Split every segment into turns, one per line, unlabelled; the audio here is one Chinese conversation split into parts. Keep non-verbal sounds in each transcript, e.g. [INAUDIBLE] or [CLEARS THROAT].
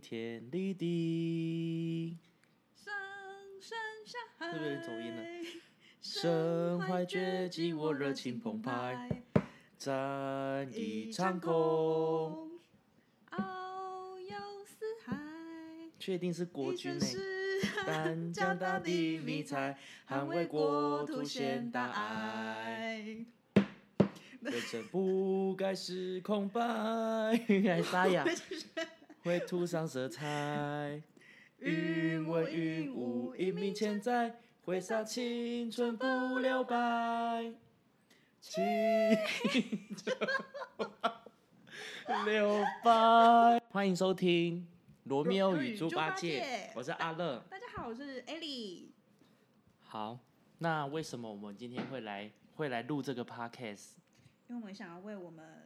天立地，
上山下海，
是不是走音了
身
身
怀
怀
绝
绝
技，
技
我
我
热
热
情
情
澎
澎
湃
湃，战
一
一场
场
空。
空，遨游四海。
确定是国
一
军
身
呢、
是
丹江大地迷彩，捍卫国土显大爱，
[LAUGHS] 爱。
人生不该是空白， [LAUGHS] 还沙
[LAUGHS]
哑，会涂上色彩。云为云雾，一鸣千载，挥洒青春不留白。 [LAUGHS] 青留白。欢迎收听《罗密欧与猪八戒》，我是阿乐。
大家好，我是 Ellie。
好，那为什么我们今天会来会来录这个 podcast？
因为我们想要为我们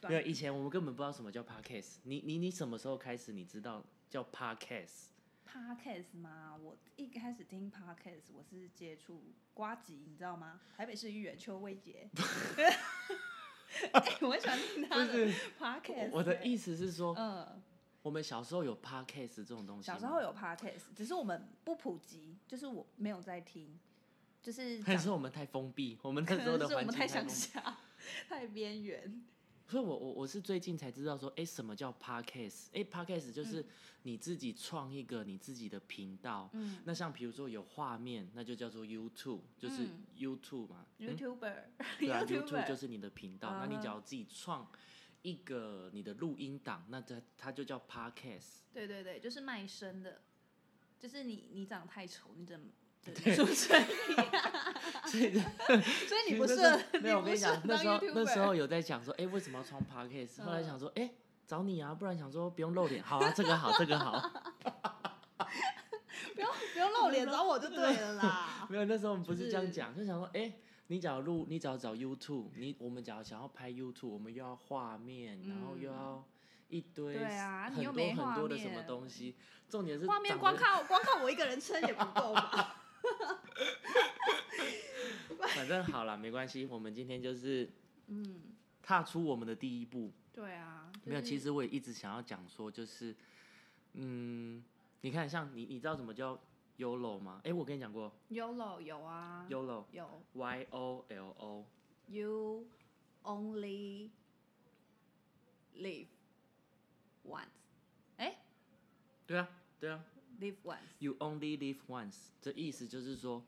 短
没有，以前我们根本不知道什么叫 podcast。你你你什么时候开始你知道叫 podcast？
podcast 嘛，我一开始听 podcast，我是接触瓜吉，你知道吗？台北市议员邱
[LAUGHS]
威杰。哎、我很喜欢听他的 podcast、
我的
哎
意思是说，
嗯，
我们小时候有 podcast 这种东西吗。
小时候有 podcast，只是我们不普及，就是我没有在听，
[LAUGHS]
就是
还
长
是我们太封闭，我们
可
那时候
[LAUGHS]
的
能是我
环
们
境
太
太封
乡
闭。
下， [LAUGHS] 太边缘。
所以我我我是最近才知道说，哎、什么叫 podcast？哎、p o d c a s t
嗯
就是你自己创一个你自己的频道。
[LAUGHS] 嗯
那像比如说有画面，那就叫做 YouTube，就是
嗯哎
YouTube 嘛。嗯对啊
，YouTuber，YouTuber
，YouTube 就是你的频道。那你
啊
只要自己创一个你的录音档，那它它就叫 podcast。
对对对，就是卖身的，就是你你长得太丑，
[LAUGHS]
你怎么？出生一样，
所以
所以你不
其
适
实
合
那时候。没有，我跟你讲，那时候那时候
有
有在讲说，哎、为什么要创 podcast？后来
嗯
想说，哎、找你啊，不然想说不用露脸，好啊，这个好，这个好。
[LAUGHS] 不用不用露脸找我就对了
[LAUGHS]
啦。
没有，那时候我们不
就是
是这样讲，就想说，哎、你只要录，你只要找 YouTube，你我们只要想要拍 YouTube，我们又要画面，然后又要一堆
嗯对啊你
很
又
多
没
很
画
多的什么
面
东西，重点是
画面
长
光
得
靠光靠我一个人撑也不
[LAUGHS]
够吧？
反正好了，没关系，我们今天就是
嗯，
踏出我们的第一步。
对啊，
没有，
就是
其实我也一直想要讲说，就是，嗯，你看，像你，你知道什么叫 YOLO 吗？哎、我跟你讲过
YOLO 有啊
YOLO，Y
有
O L O，
You only live once，哎
对啊，对啊
，live once，
，You only live once，这意思就是说，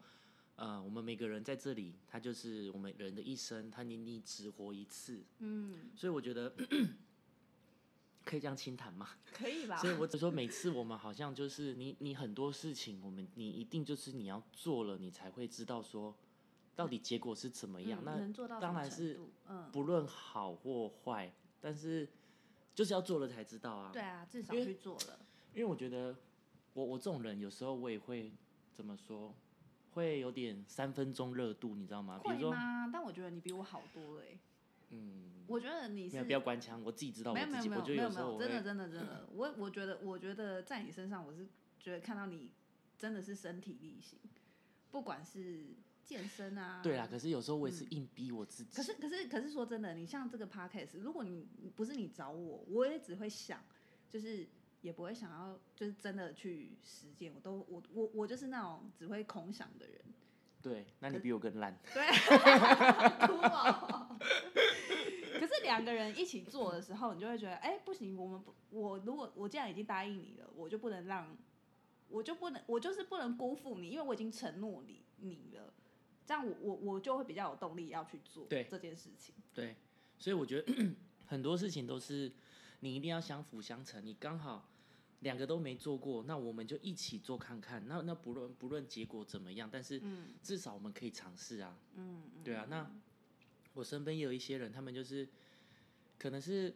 呃，我们每个人在这里，他就是我们人的一生，他你你只活一次，
嗯，
所以我觉得 [COUGHS] 可以这样轻谈吗？
可以吧？
所以我只说，每次我们好像就是你，你很多事情，我们你一定就是你要做了，你才会知道说到底结果是怎么样。
嗯能做到
当
什么
然
程
是
度，嗯
那，不论好或坏，但是就是要做了才知道啊。
对，啊，至少
因为
去做了，
因为我觉得我我这种人，有时候我也会怎么说，会有点三分钟热度，你知道啊吗？比如
会
说，
吗？但我觉得你比我好多了、欸，
嗯，
我觉得你
没
是
有不要官腔，我自己知道
没
我
有没
自己，
有没
我
有
觉得
没有
时
没
候我
有，
会嗯
真的真的真的，我我觉得我觉得在你身上，我是觉得看到你真的是身体力行，不管是健身啊，
对啦。可是有时候我也是硬逼我自己。
嗯可是可是可是说真的，你像这个 podcast，如果你不是你找我，我也只会想，就是也不会想要，就是真的去实践。我都我我我就是那种只会空想的人，
对，那你比我更烂。
哭哦。可是两个人一起做的时候，你就会觉得，哎、不行，我们不，我如果我既然已经答应你了，我就不能让，我就不能，我就是不能辜负你，因为我已经承诺你你了。这样我我我就会比较有动力要去做
对
这件事情。
对，所以我觉得 [CLEARS THROAT] 很多事情都是你一定要相辅相成，你刚好两个都没做过，那我们就一起做看看。那那不论不论结果怎么样，但是
嗯
至少我们可以尝试啊。
嗯，嗯
对啊，那我身边也有一些人，他们就是可能是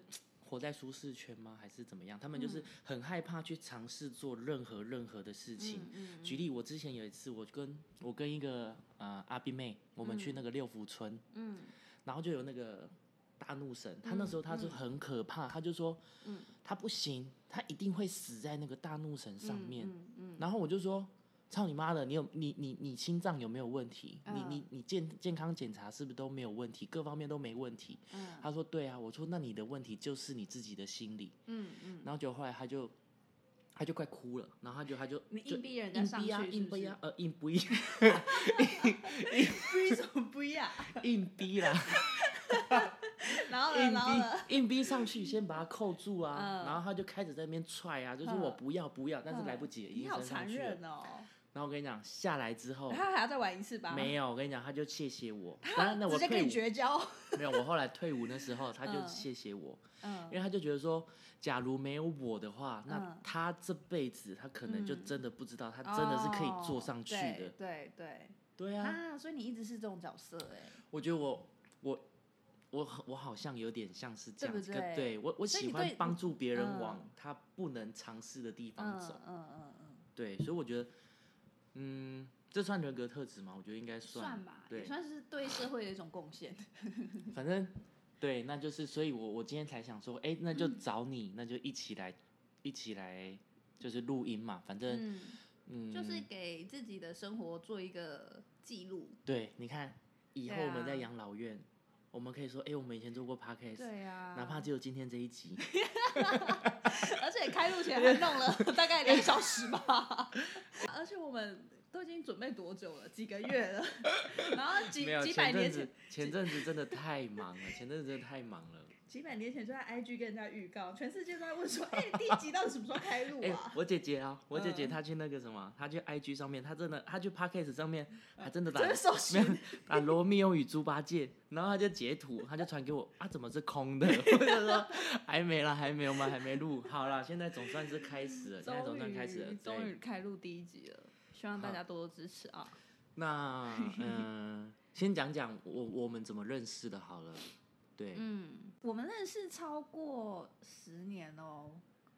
活在舒适圈吗，还是怎么样？他们
嗯
就是很害怕去尝试做任何任何的事情。
嗯嗯
举例，我之前有一次，我跟我跟一个呃阿斌妹，我们去那个六福村，
嗯，
然后就有那个大怒神，他那时候他
嗯
就很可怕，他就说，他不行，他一定会死在那个大怒神上面。
嗯嗯
然后我就说，操你妈的，你有你你你心脏有没有问题？
嗯
你你你健健康检查是不是都没有问题？各方面都没问题。
嗯
他说对啊，我说那你的问题就是你自己的心理。
嗯嗯
然后就后来他就他就快哭了，然后他就他就
你
就
硬逼人家
硬
上去
逼啊
是
硬
不
逼
是
啊，呃硬逼 [LAUGHS]
逼什么逼呀、
硬逼
[LAUGHS]
啦，
然后呢，
硬
然后呢，
逼硬逼上去，先把他扣住啊，
嗯
然后他就开始在那边踹啊，就是
嗯
我不要不要，但是来不及了，已
你
经
好
升上
残
去了。
忍哦！
然后我跟你讲，下来之后
他还要再玩一次吧？
没有，我跟你讲，他就谢谢
[LAUGHS]
我，当然那我
啊直接
退
跟
伍
你绝交。
没有，我后来退伍那时候他就
嗯
谢谢我，
嗯
因为他就觉得说，假如没有我的话，那
嗯
他这辈子他可能就
嗯
真的不知道，他真的是可以坐上去的。
哦对对
对
对
啊，
啊，所以你一直是这种角色哎、
我觉得我我我好我好像有点像是这样子，
对不
可
对
我我
所以
喜
你
欢
对
帮助别人
嗯
往他不能尝试的地方
嗯
走。
嗯嗯嗯，
对，所以我觉得，嗯，这算人格特质吗？我觉得应该
算吧，
对
也算是对社会的一种贡献。
反正对，那就是，所以我我今天才想说，哎、那
嗯
就找你，那就一起来，一起来，就是录音嘛。反正，
嗯，
嗯，
就是给自己的生活做一个记录。
对，你看，以后
对
我们在
啊
养老院，我们可以说，哎、我们以前做过 podcast，、
对啊，
哪怕只有今天这一集，
而且开录前还
[LAUGHS]
弄了大概两小时吧， [LAUGHS] 而且我们都已经准备多久了？几个月
[LAUGHS]
了，然后几
没有，
几百
前
年
阵
前
子，前阵子真的太忙了，前阵子真的太忙了。
几百年前就在 IG 跟人家预告，全世界都在
[LAUGHS]
问说，哎、第一集到底什么时候开录
哎、
啊？
我姐姐啊，我姐姐
嗯
她去那个什么，她去 IG 上面，她真的，她去 Podcast 上面，还真的打
真的搜
没
寻
有 [LAUGHS] 打罗密欧与猪八戒，然后她就截图，她就传给我，啊，怎么是空的？ [LAUGHS] 我就说还没啦，还没，我们还没录，好啦，现在总算是开始了，现在总算开始了，
终
对，
于开录第一集了，希望大家多多支持啊！
那嗯、先讲讲我我们怎么认识的，好了，对，
嗯，我们认识超过十年哦，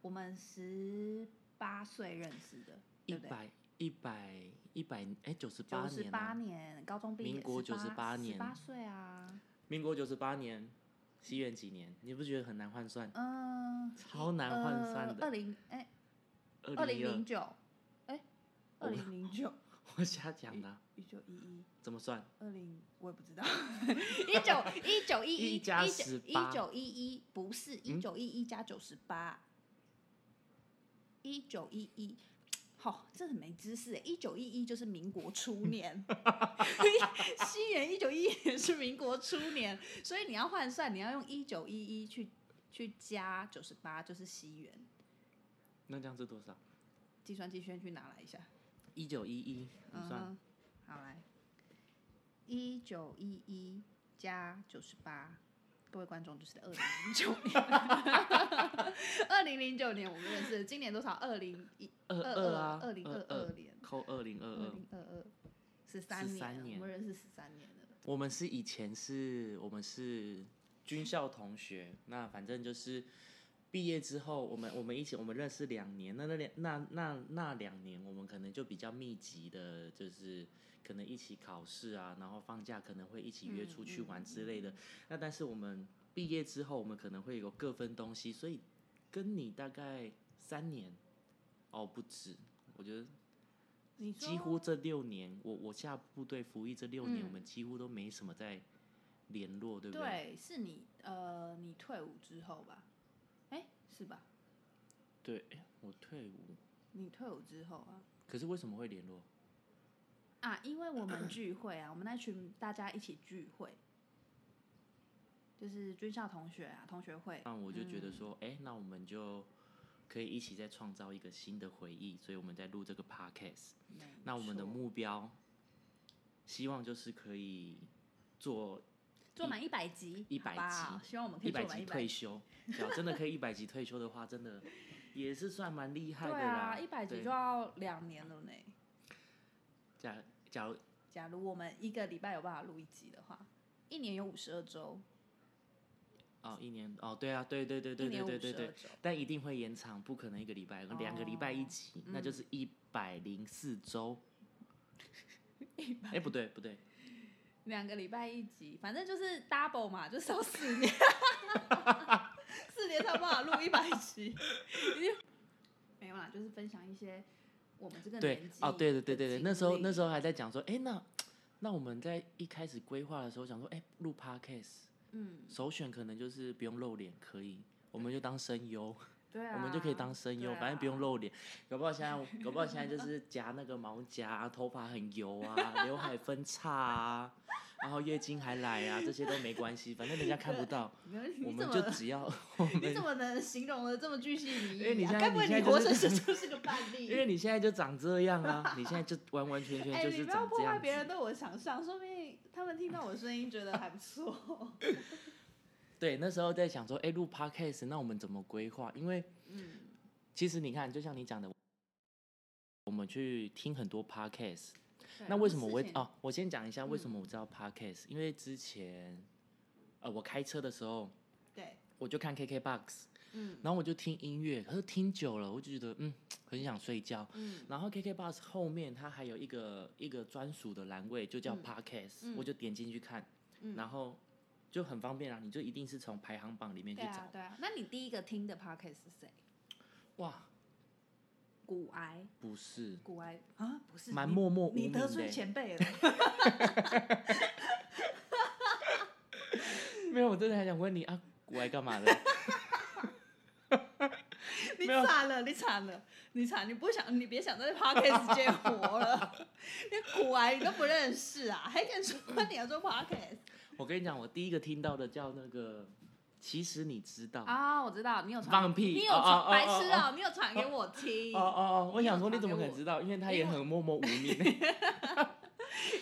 我们十八岁认识的，
一
对不对？
百一百一百，哎，九十八
九十
年、
八
啊，
年，高中毕业，
民国98年
八岁啊，
民国九十八年，西元几年？你不觉得很难换算？
嗯，
超难换算
二
的，
零哎，
二
二零
零
零
二，
九，哎，
我
二
不
零零九，
我瞎讲的啊，
一九一一。
怎么算？
二零我也不知道， [LAUGHS] 一九一九一一
一加
九
18
一九一一不是一九一一加九十八，一九一一，好，这很没知识哎，一九一一就是民国初年，西元一九一一年是民国初年，所以你要换算，你要用一九一一去去加九十八，就是西元。
那这样是多少？
计算机先去拿来一下，
一九一一，你
嗯
算。
哼，好来，一九一一加九十八，各位观众就是二零零九 [LAUGHS] 年，二零零九年我们认识，今年多少？二零一
二
二
啊，
二零二二年，
扣二零二
二
二。
零二二十三
13年
我们认识十三年了。
我们是以前是我们是军校同学，那反正就是毕业之后，我们我们一起我们认识两年，那那两那那那两年，我们可能就比较密集的，就是可能一起考试啊，然后放假可能会一起约
嗯
出去玩
嗯
之类的。那但是我们毕业之后，我们可能会有各分东西，所以跟你大概三年哦不止，我觉得。
你说
几乎这六年，我我下部队服役这六年，
嗯
我们几乎都没什么在联络，对不对？
对，是你呃，你退伍之后吧？哎，是吧？
对，诶我退伍，
你退伍之后啊。
可是为什么会联络？
啊，因为我们聚会啊，我们那群大家一起聚会，就是军校同学啊，同学会。
那我就觉得说，哎、那我们就可以一起再创造一个新的回忆，所以我们在录这个 podcast。
没
那我们的
错
目标，希望就是可以做
做满一百集，
一
好
百
不好希望我们可
一
以做
百
满
集
一百
退。休。只要真的可以一百集退休的话，真的也是算蛮厉害
对
的啦。
啊，一百集
对
就要两年了呢。
假假如
假如我们一个礼拜有办法录一集的话，一年有五十二周，
哦，一年哦，对啊，对对对对对
一年
对
五
对
十
对
二，周。
但一定会延长，不可能一个礼拜，两个礼拜
哦
一集，
嗯
那就是一百零四
[LAUGHS]
周。哎、不对不对，
两个礼拜一集，反正就是 double 嘛，就少四年， [LAUGHS] 四年才有办法录一百集，已经没有啦，就是分享一些我们这个
对
年纪
哦，对对对对对，那时候那
时
时候还在讲说，哎、那那我们在一开始规划的时候想说，哎、录 podcast
嗯，
首选可能就是不用露脸，可以，我们就当声优，
对啊，
我们就可以当声优，
对啊
反正不用露脸。搞不好现在，搞不好现在就是夹那个毛夹，头发很油
[LAUGHS]
啊，刘海分叉啊，然后月经还来啊，这些都没关系，反正人家看不到，
你们
我
[LAUGHS] 你怎
们就
么
只
[LAUGHS]
要我
你
们
怎，么能形容的这么具细靡
因为
遗
你
啊？
现在
该不会
你现在
活
就
生
是 [LAUGHS]
生就是个范例？
因为你现在就长这样啊，你现在就完完全全
[LAUGHS] 哎、
就是
你不要
长这
破坏
样
别人
子。
对我的想象，说不定他们听到我的声音觉得还不错。
对，那时候在想说，哎，录 podcast，那我们怎么规划？因为
嗯，
其实你看，就像你讲的，我们去听很多 podcast，
对
那为什么我
之
会
前
哦？我先讲一下为什
嗯
么我知道 podcast，、因为之前呃我开车的时候
对，
我就看 KKBox，
嗯
然后我就听音乐，可是听久了我就觉得嗯很想睡觉。
嗯
然后 KKBox 后面它还有一个一个专属的栏位，就叫
嗯
podcast，、
嗯
我就点进去看，
嗯，
然后就很方便啊，你就一定是从排行榜里面去
对
找。
啊对啊。那你第一个听的 podcast 是谁？
哇，
古埃，
不是， [LAUGHS]
古埃啊，不是
蛮
你
默默无
你
名
得
的
罪
欸、
前
[LAUGHS]
辈了。
没有，我真的很想问你啊，我来干嘛的？
你
没有
惨了，你惨了，你惨！你不想，你别想在 podcast 界活了。 [LAUGHS] 连古癌你都不认识啊，还敢
[LAUGHS]
说你要做 podcast
[LAUGHS] 我跟你讲，我第一个听到的叫那个，其实你知道。
啊？我知道你有传
放屁！
你有
哦
传、
哦哦
白痴
哦
哦、你有传给我听，
哦哦哦！我
你有
想说你
传
怎么
给
可能
我
知道？因为他
因
也
为
很默默无名
[LAUGHS]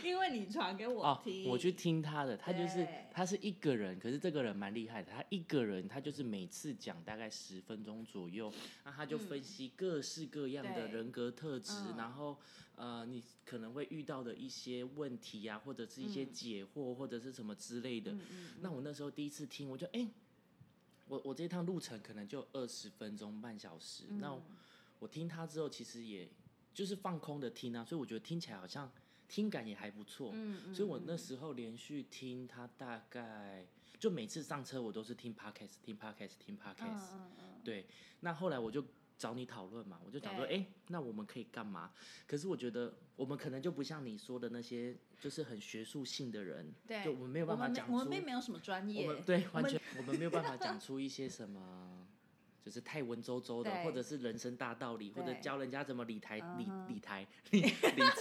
因为你传给我
哦。
听。
我去听他的，他就是
对
他是一个人，可是这个人蛮厉害的。他一个人，他就是每次讲大概十分钟左右，那他就分
嗯
析各式各样的
对
人格特质，
嗯
然后呃，你可能会遇到的一些问题啊，或者是一些
嗯
解惑，或者是什么之类的。
嗯嗯嗯
那我那时候第一次听，我就哎、我我这一趟路程可能就二十分钟半小时，
嗯
那我我听它之后，其实也就是放空的听啊，所以我觉得听起来好像听感也还不错，
嗯嗯
所以我那时候连续听它大概就每次上车我都是听 podcast，听 podcast，听 podcast，、
嗯嗯
对，那后来我就。找你讨论嘛，我就想说，哎、
对
那我们可以干嘛？可是我觉得我们可能就不像你说的那些，就是很学术性的人，
对
就我们没有办法
嗯
讲出
我们并没有什么专业，
我们对完全我们没有办法讲出一些什么，就是太文绉绉的，
对
或者是人生大道理，或者
对
教人家怎么理财、理
嗯哼
理财、理理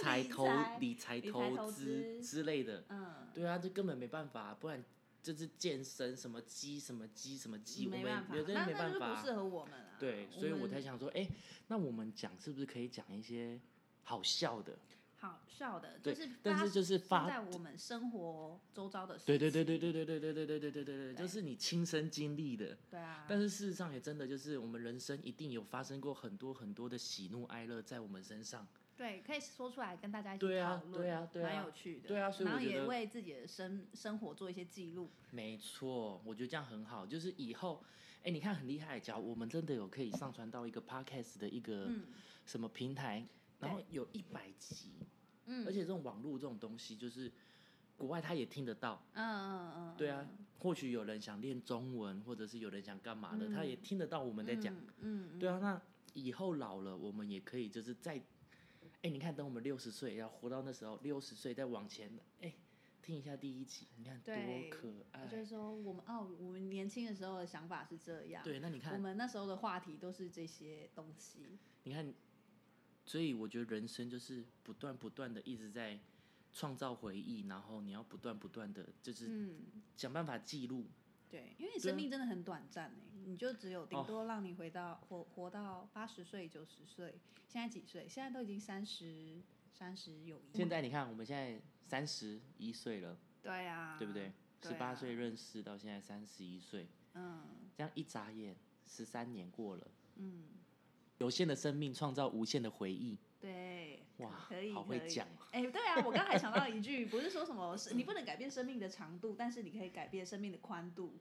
财
理
投
财
理财
理财
投
投
资
资
之类的。
嗯，
对啊，这根本没办法，不然就是健身什么肌什么肌什么肌，我
没
们
办法，
有的
那
人没
那
办
就是不适
法。
合我们啊。
对，所以我
们
才想说，哎，那我们讲是不是可以讲一些好笑的？
好笑的，
对
就是，
但
发
是就是
生
发
在我们生活周遭的事
对对对对
情
对对对对对对对对对对，就是你亲身经历的。
对啊，
但是事实上也真的就是，我们人生一定有发生过很多很多的喜怒哀乐在我们身上。
对，可以说出来跟大家一起
对啊
讨论，
对啊对啊
蛮有趣的，
对啊所以
然
我
后
觉
也
得
为自己的生生活做一些记录，
没错，我觉得这样很好。就是以后，哎，你看很厉害，假如我们真的有可以上传到一个 podcast 的一个
嗯
什么平台，
对
然后有一百集，
嗯，
而且这种网络这种东西，就是国外他也听得到。
嗯嗯嗯，
对啊，或许有人想练中文，或者是有人想干嘛的，他也听得到我
嗯，
们在讲。
嗯，嗯，
对啊，那以后老了，我们也可以就是在，哎、你看，等我们六十岁，要活到那时候，六十岁再往前，哎、听一下第一集，你看多
对
可爱。
就是说我们哦，我们年轻的时候的想法是这样，
对，那你
我
看，
们那时候的话题都是这些东西，
你看，所以我觉得人生就是不断不断的一直在创造回忆，然后你要不断不断的就是
嗯，
想办法记录。
对，因为
对啊
你生命真的很短暂哎，你就只有
哦
顶多让你回到活活到八十岁、九十岁，现在几岁？现在都已经三十。三十有一，
现在你看，我们现在三十一岁了，
对啊，
对不对？十
对
八
啊
岁认识到现在三十一岁，
嗯
这样一眨眼十三年过了。
嗯，
有限的生命创造无限的回忆，
对，
哇
可以，
好
可
会
以
讲哦。
哎、对啊，我刚才想到
[LAUGHS]
一句，不是说什么是你不能改变生命的长度，但是你可以改变生命的宽度。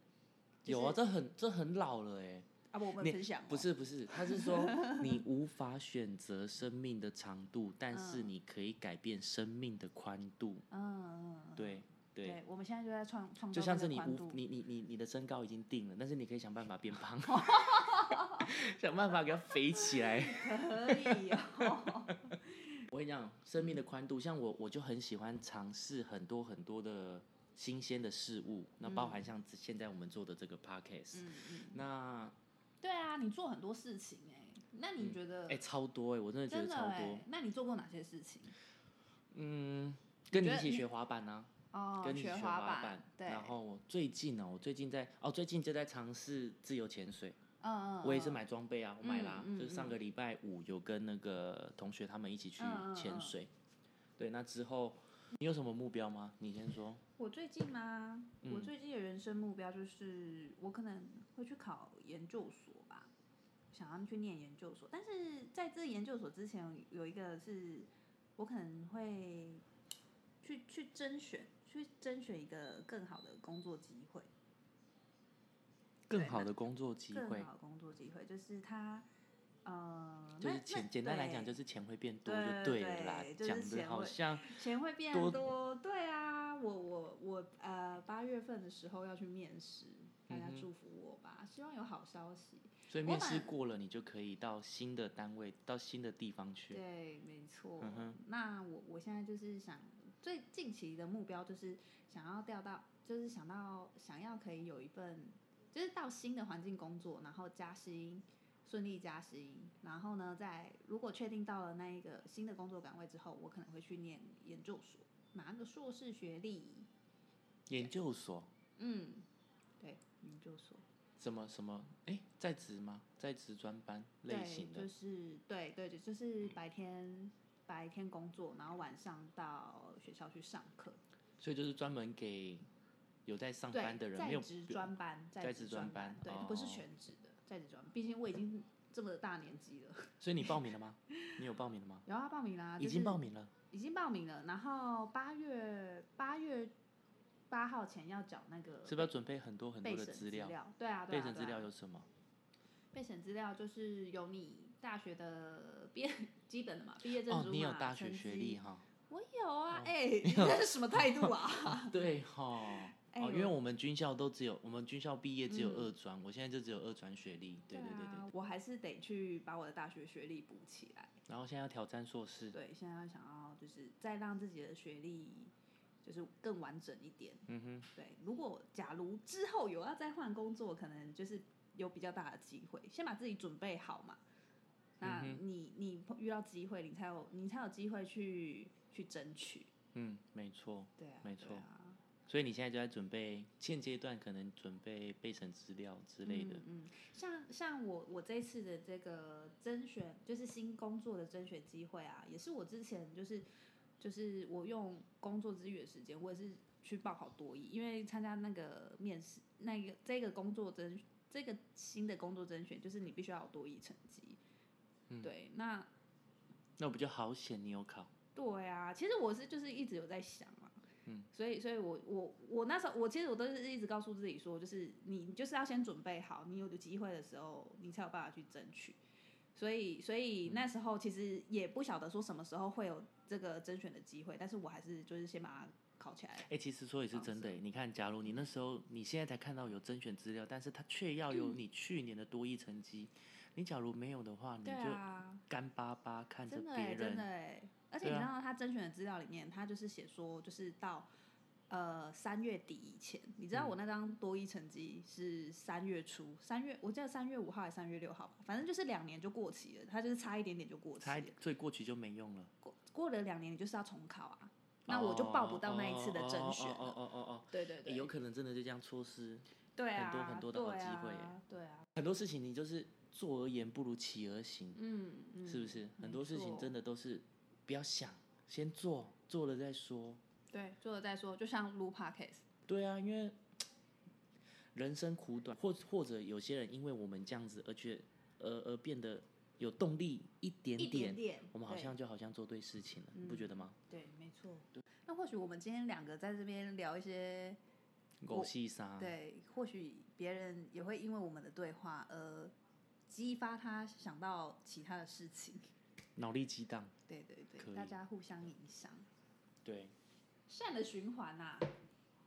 就是
有啊，这很这很老了哎，
啊，我们
你
分享、
不，是不是，他是
[LAUGHS]
说你无法选择生命的长度，但是
嗯
你可以改变生命的宽度。
嗯，嗯，
对
对
对，
我们现在就在创创造
就像
这
是
个
你
宽
无
度，
你你你你的身高已经定了，但是你可以想办法变
[LAUGHS]
胖，想办法给它肥起来。
可以哦，
我跟你讲，生命的宽度，像我我就很喜欢尝试很多很多的 [LAUGHS] 新鲜的事物，那包含像现在我们做的这个 podcast，、
嗯嗯，
那
对啊，你做很多事情哎、那你觉得、
哎、超多哎、我真的觉
嗯
得
真的
超
哎、
多。
那你做过哪些事情？
嗯，跟你
觉
一
得
起
你
学滑板呢、
哦，
跟你一起
学
学
滑
板。
对，
然后我最近呢、我最近在哦，最近就在尝试自由潜水。
嗯嗯，
我也是
嗯
买装备啊，我买啦、
嗯嗯
就是上个礼拜五有跟那个同学他们一起去
嗯嗯
潜
嗯
水。对，那之后你有什么目标吗？你先说。
嗯我最近吗？我
嗯
最近的人生目标就是，我可能会去考研究所吧，想要去念研究所。但是在这研究所之前，有一个是我可能会去去甄选，去甄选一个更好的工作机会，
更
对
好
那
的工作机
更
会，
好的工作机会，就是他呃，
就是
那
钱
那
简单来讲就
对
是钱会变多就对
对
了啦
对，就是
讲
钱
的好
会
像
钱会变
多
多，对啊，我我我呃，八月份的时候要去面试，大家
嗯哼
祝福我吧，希望有好消息。
所以
我
面试
本
过了，你就可以到新的单位，到新的地方去。
对，没错。
嗯哼
那我我现在就是想，最近期的目标就是想要调到，就是想到想要可以有一份，就是到新的环境工作，然后加薪，顺利加薪。然后呢，在如果确定到了那一个新的工作岗位之后，我可能会去念研究所，拿个硕士学历。
研究所
嗯，对，研究所
什么什么？哎、在职吗？在职专班类
对
型的
就，是对对对，就是白天白天工作，然后晚上到学校去上课。
所以就是专门给有在上
对，
班的人，没
在
有
职专班，
在
职
职专班，
班对，不是
哦
全职的，在职专班。毕竟我已经这么大年纪了，
所以你报名了吗？你有报名了吗？
然后报名
已
啦，啊就
经
是
报名了，
已经报名了，然后八月八月八号前要缴那个
是不是要准备很多很多
呃备
的
审
资
资
料？
料？对啊，对
备
啊
审资
对啊
料有什么？
备审资料就是有你大学的毕业 [LAUGHS] 基本的嘛，毕业证
哦
书，嘛，
你有大学
成
学
绩
历哈？
我有啊
哦，
哎、你这是什么态度啊？ [LAUGHS]
对哈。
哎
哦，因
我
为我们军校都只有我们军校毕业只有
嗯
二专，我现在就只有二专学历。 [LAUGHS] 对对对对。
啊，我还是得去把我的大学学历补起来。
然后现在要挑战硕士，
对，现在要想要就是再让自己的学历就是更完整一点。
嗯哼，
对，如果假如之后有要再换工作，可能就是有比较大的机会，先把自己准备好嘛。那
嗯
你你遇到机会，你才有你才有机会去去争取。
嗯，没错。
对啊，
没
对
错
啊
所以你现在就在准备，现阶段可能准备备审资料之类的。
嗯，嗯像像我我这次的这个甄选，就是新工作的甄选机会啊，也是我之前就是就是我用工作之余的时间，我也是去报考多艺，因为参加那个面试，那个这个工作甄这个新的工作甄选，就是你必须要有多艺成绩。
嗯
对，那
那我不就好险你有考？
对啊，其实我是就是一直有在想啊。嗯，所以，所以我我我那时候，我其实我都是一直告诉自己说，就是你你就是要先准备好，你有机会的时候，你才有办法去争取。所以，所以那时候其实也不晓得说什么时候会有这个甄选的机会，但是我还是就是先把它考起来。
哎、其实说也是真的、欸。你看，假如你那时候你现在才看到有甄选资料，但是他却要
嗯
有你去年的多一成绩，你假如没有的话，你
对
嗯就
啊，
干巴巴看着
真的
别
哎、真
人。
的哎、而且你
对啊
知道他甄选的资料里面，他就是写说，就是到呃三月底以前，你知道
嗯
我那张多一成绩是三月初，三月我记得三月五号还是三月六号吧，反正就是两年就过期了，他就是差一点点就过期
才
了，
所以过去就没用了。
过过了两年你就是要重考啊，那我就报不到那一次的甄选
哦哦
了，
哦哦哦哦
对对
哦欸
对，
有可能真的就这样错失
对啊，
很多很多的好机会
对
欸
啊，对啊，
很多事情，你就是坐而言不如起而行，
嗯嗯，
是不是？
没
很多事情
错
真的都是不要想，先做，做了再说。
对，做了再说，就像录 podcast，
对啊，因为人生苦短，或或者有些人因为我们这样子而觉而而变得有动力一点
一点点，
我们好
对
像就好像做对事情了，你不觉得吗？
对，没错。那或许我们今天两个在这边聊一些，
狗戏杀，
对，或许别人也会因为我们的对话而激发他想到其他的事情。
脑力激荡，
对对
可
对，
以
大家互相影响，
对，
善的循环呐、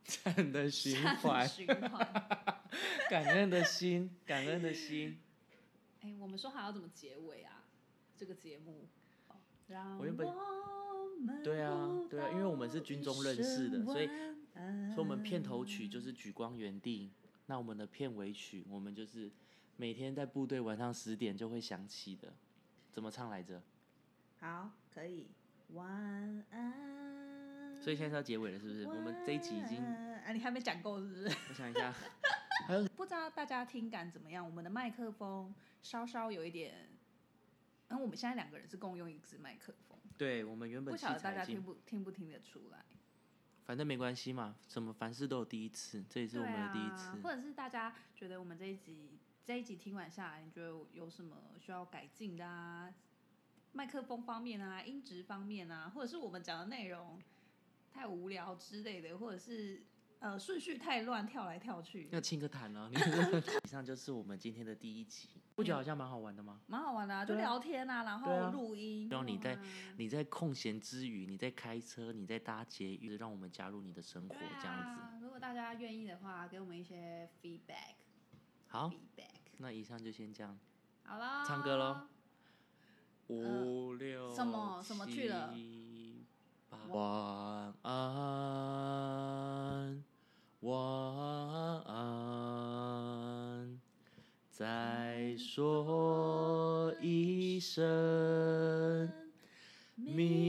善的 [LAUGHS] 循
善的
环，
循 [LAUGHS] 环。
[LAUGHS] 感恩的心，感恩的心。
哎，我们说好要怎么结尾啊？这个节目，让
我原本
们
对啊
互
对啊因为我们是军中认识的
道一声
所以
晚安
所以我们片头曲就是《举光原地》，那我们的片尾曲我们就是每天在部队晚上十点就会响起的，怎么唱来着？
好，可以，晚安。
所以现在是要结尾了，是不是？我们这一集已经，
晚安啊，你还没讲够是不是？
我想一
[LAUGHS]
下，
不知道大家听感怎么样？我们的麦克风稍稍有一点，嗯，我们现在两个人是共用一支麦克风，
对我们原本
不
器
晓得大
材
家
已经
听，不听不听得出来。
反正没关系嘛，什么凡事都有第一次，这也是
对
我们的第一次
啊，。或者是大家觉得我们这一集这一集听完下来，你觉得有什么需要改进的啊？麦克风方面啊，音质方面啊，或者是我们讲的内容太无聊之类的，或者是呃顺序太乱，跳来跳去，
要清个谈哦，
[LAUGHS]
你以上就是我们今天的第一集，不觉得好像蛮好玩的吗？
蛮好玩的、啊，就
对啊
聊天啊，然
对啊
后录音，
希望你在
哇
你在空闲之余，你在开车，你在搭捷运，让我们加入你的生活
对
这样子。
啊。如果大家愿意的话，给我们一些 feedback
好，
feedback。
那以上就先这样。
好啦，
哦唱歌咯。五六
什么什么去了
七八晚安，晚安，再说一声。明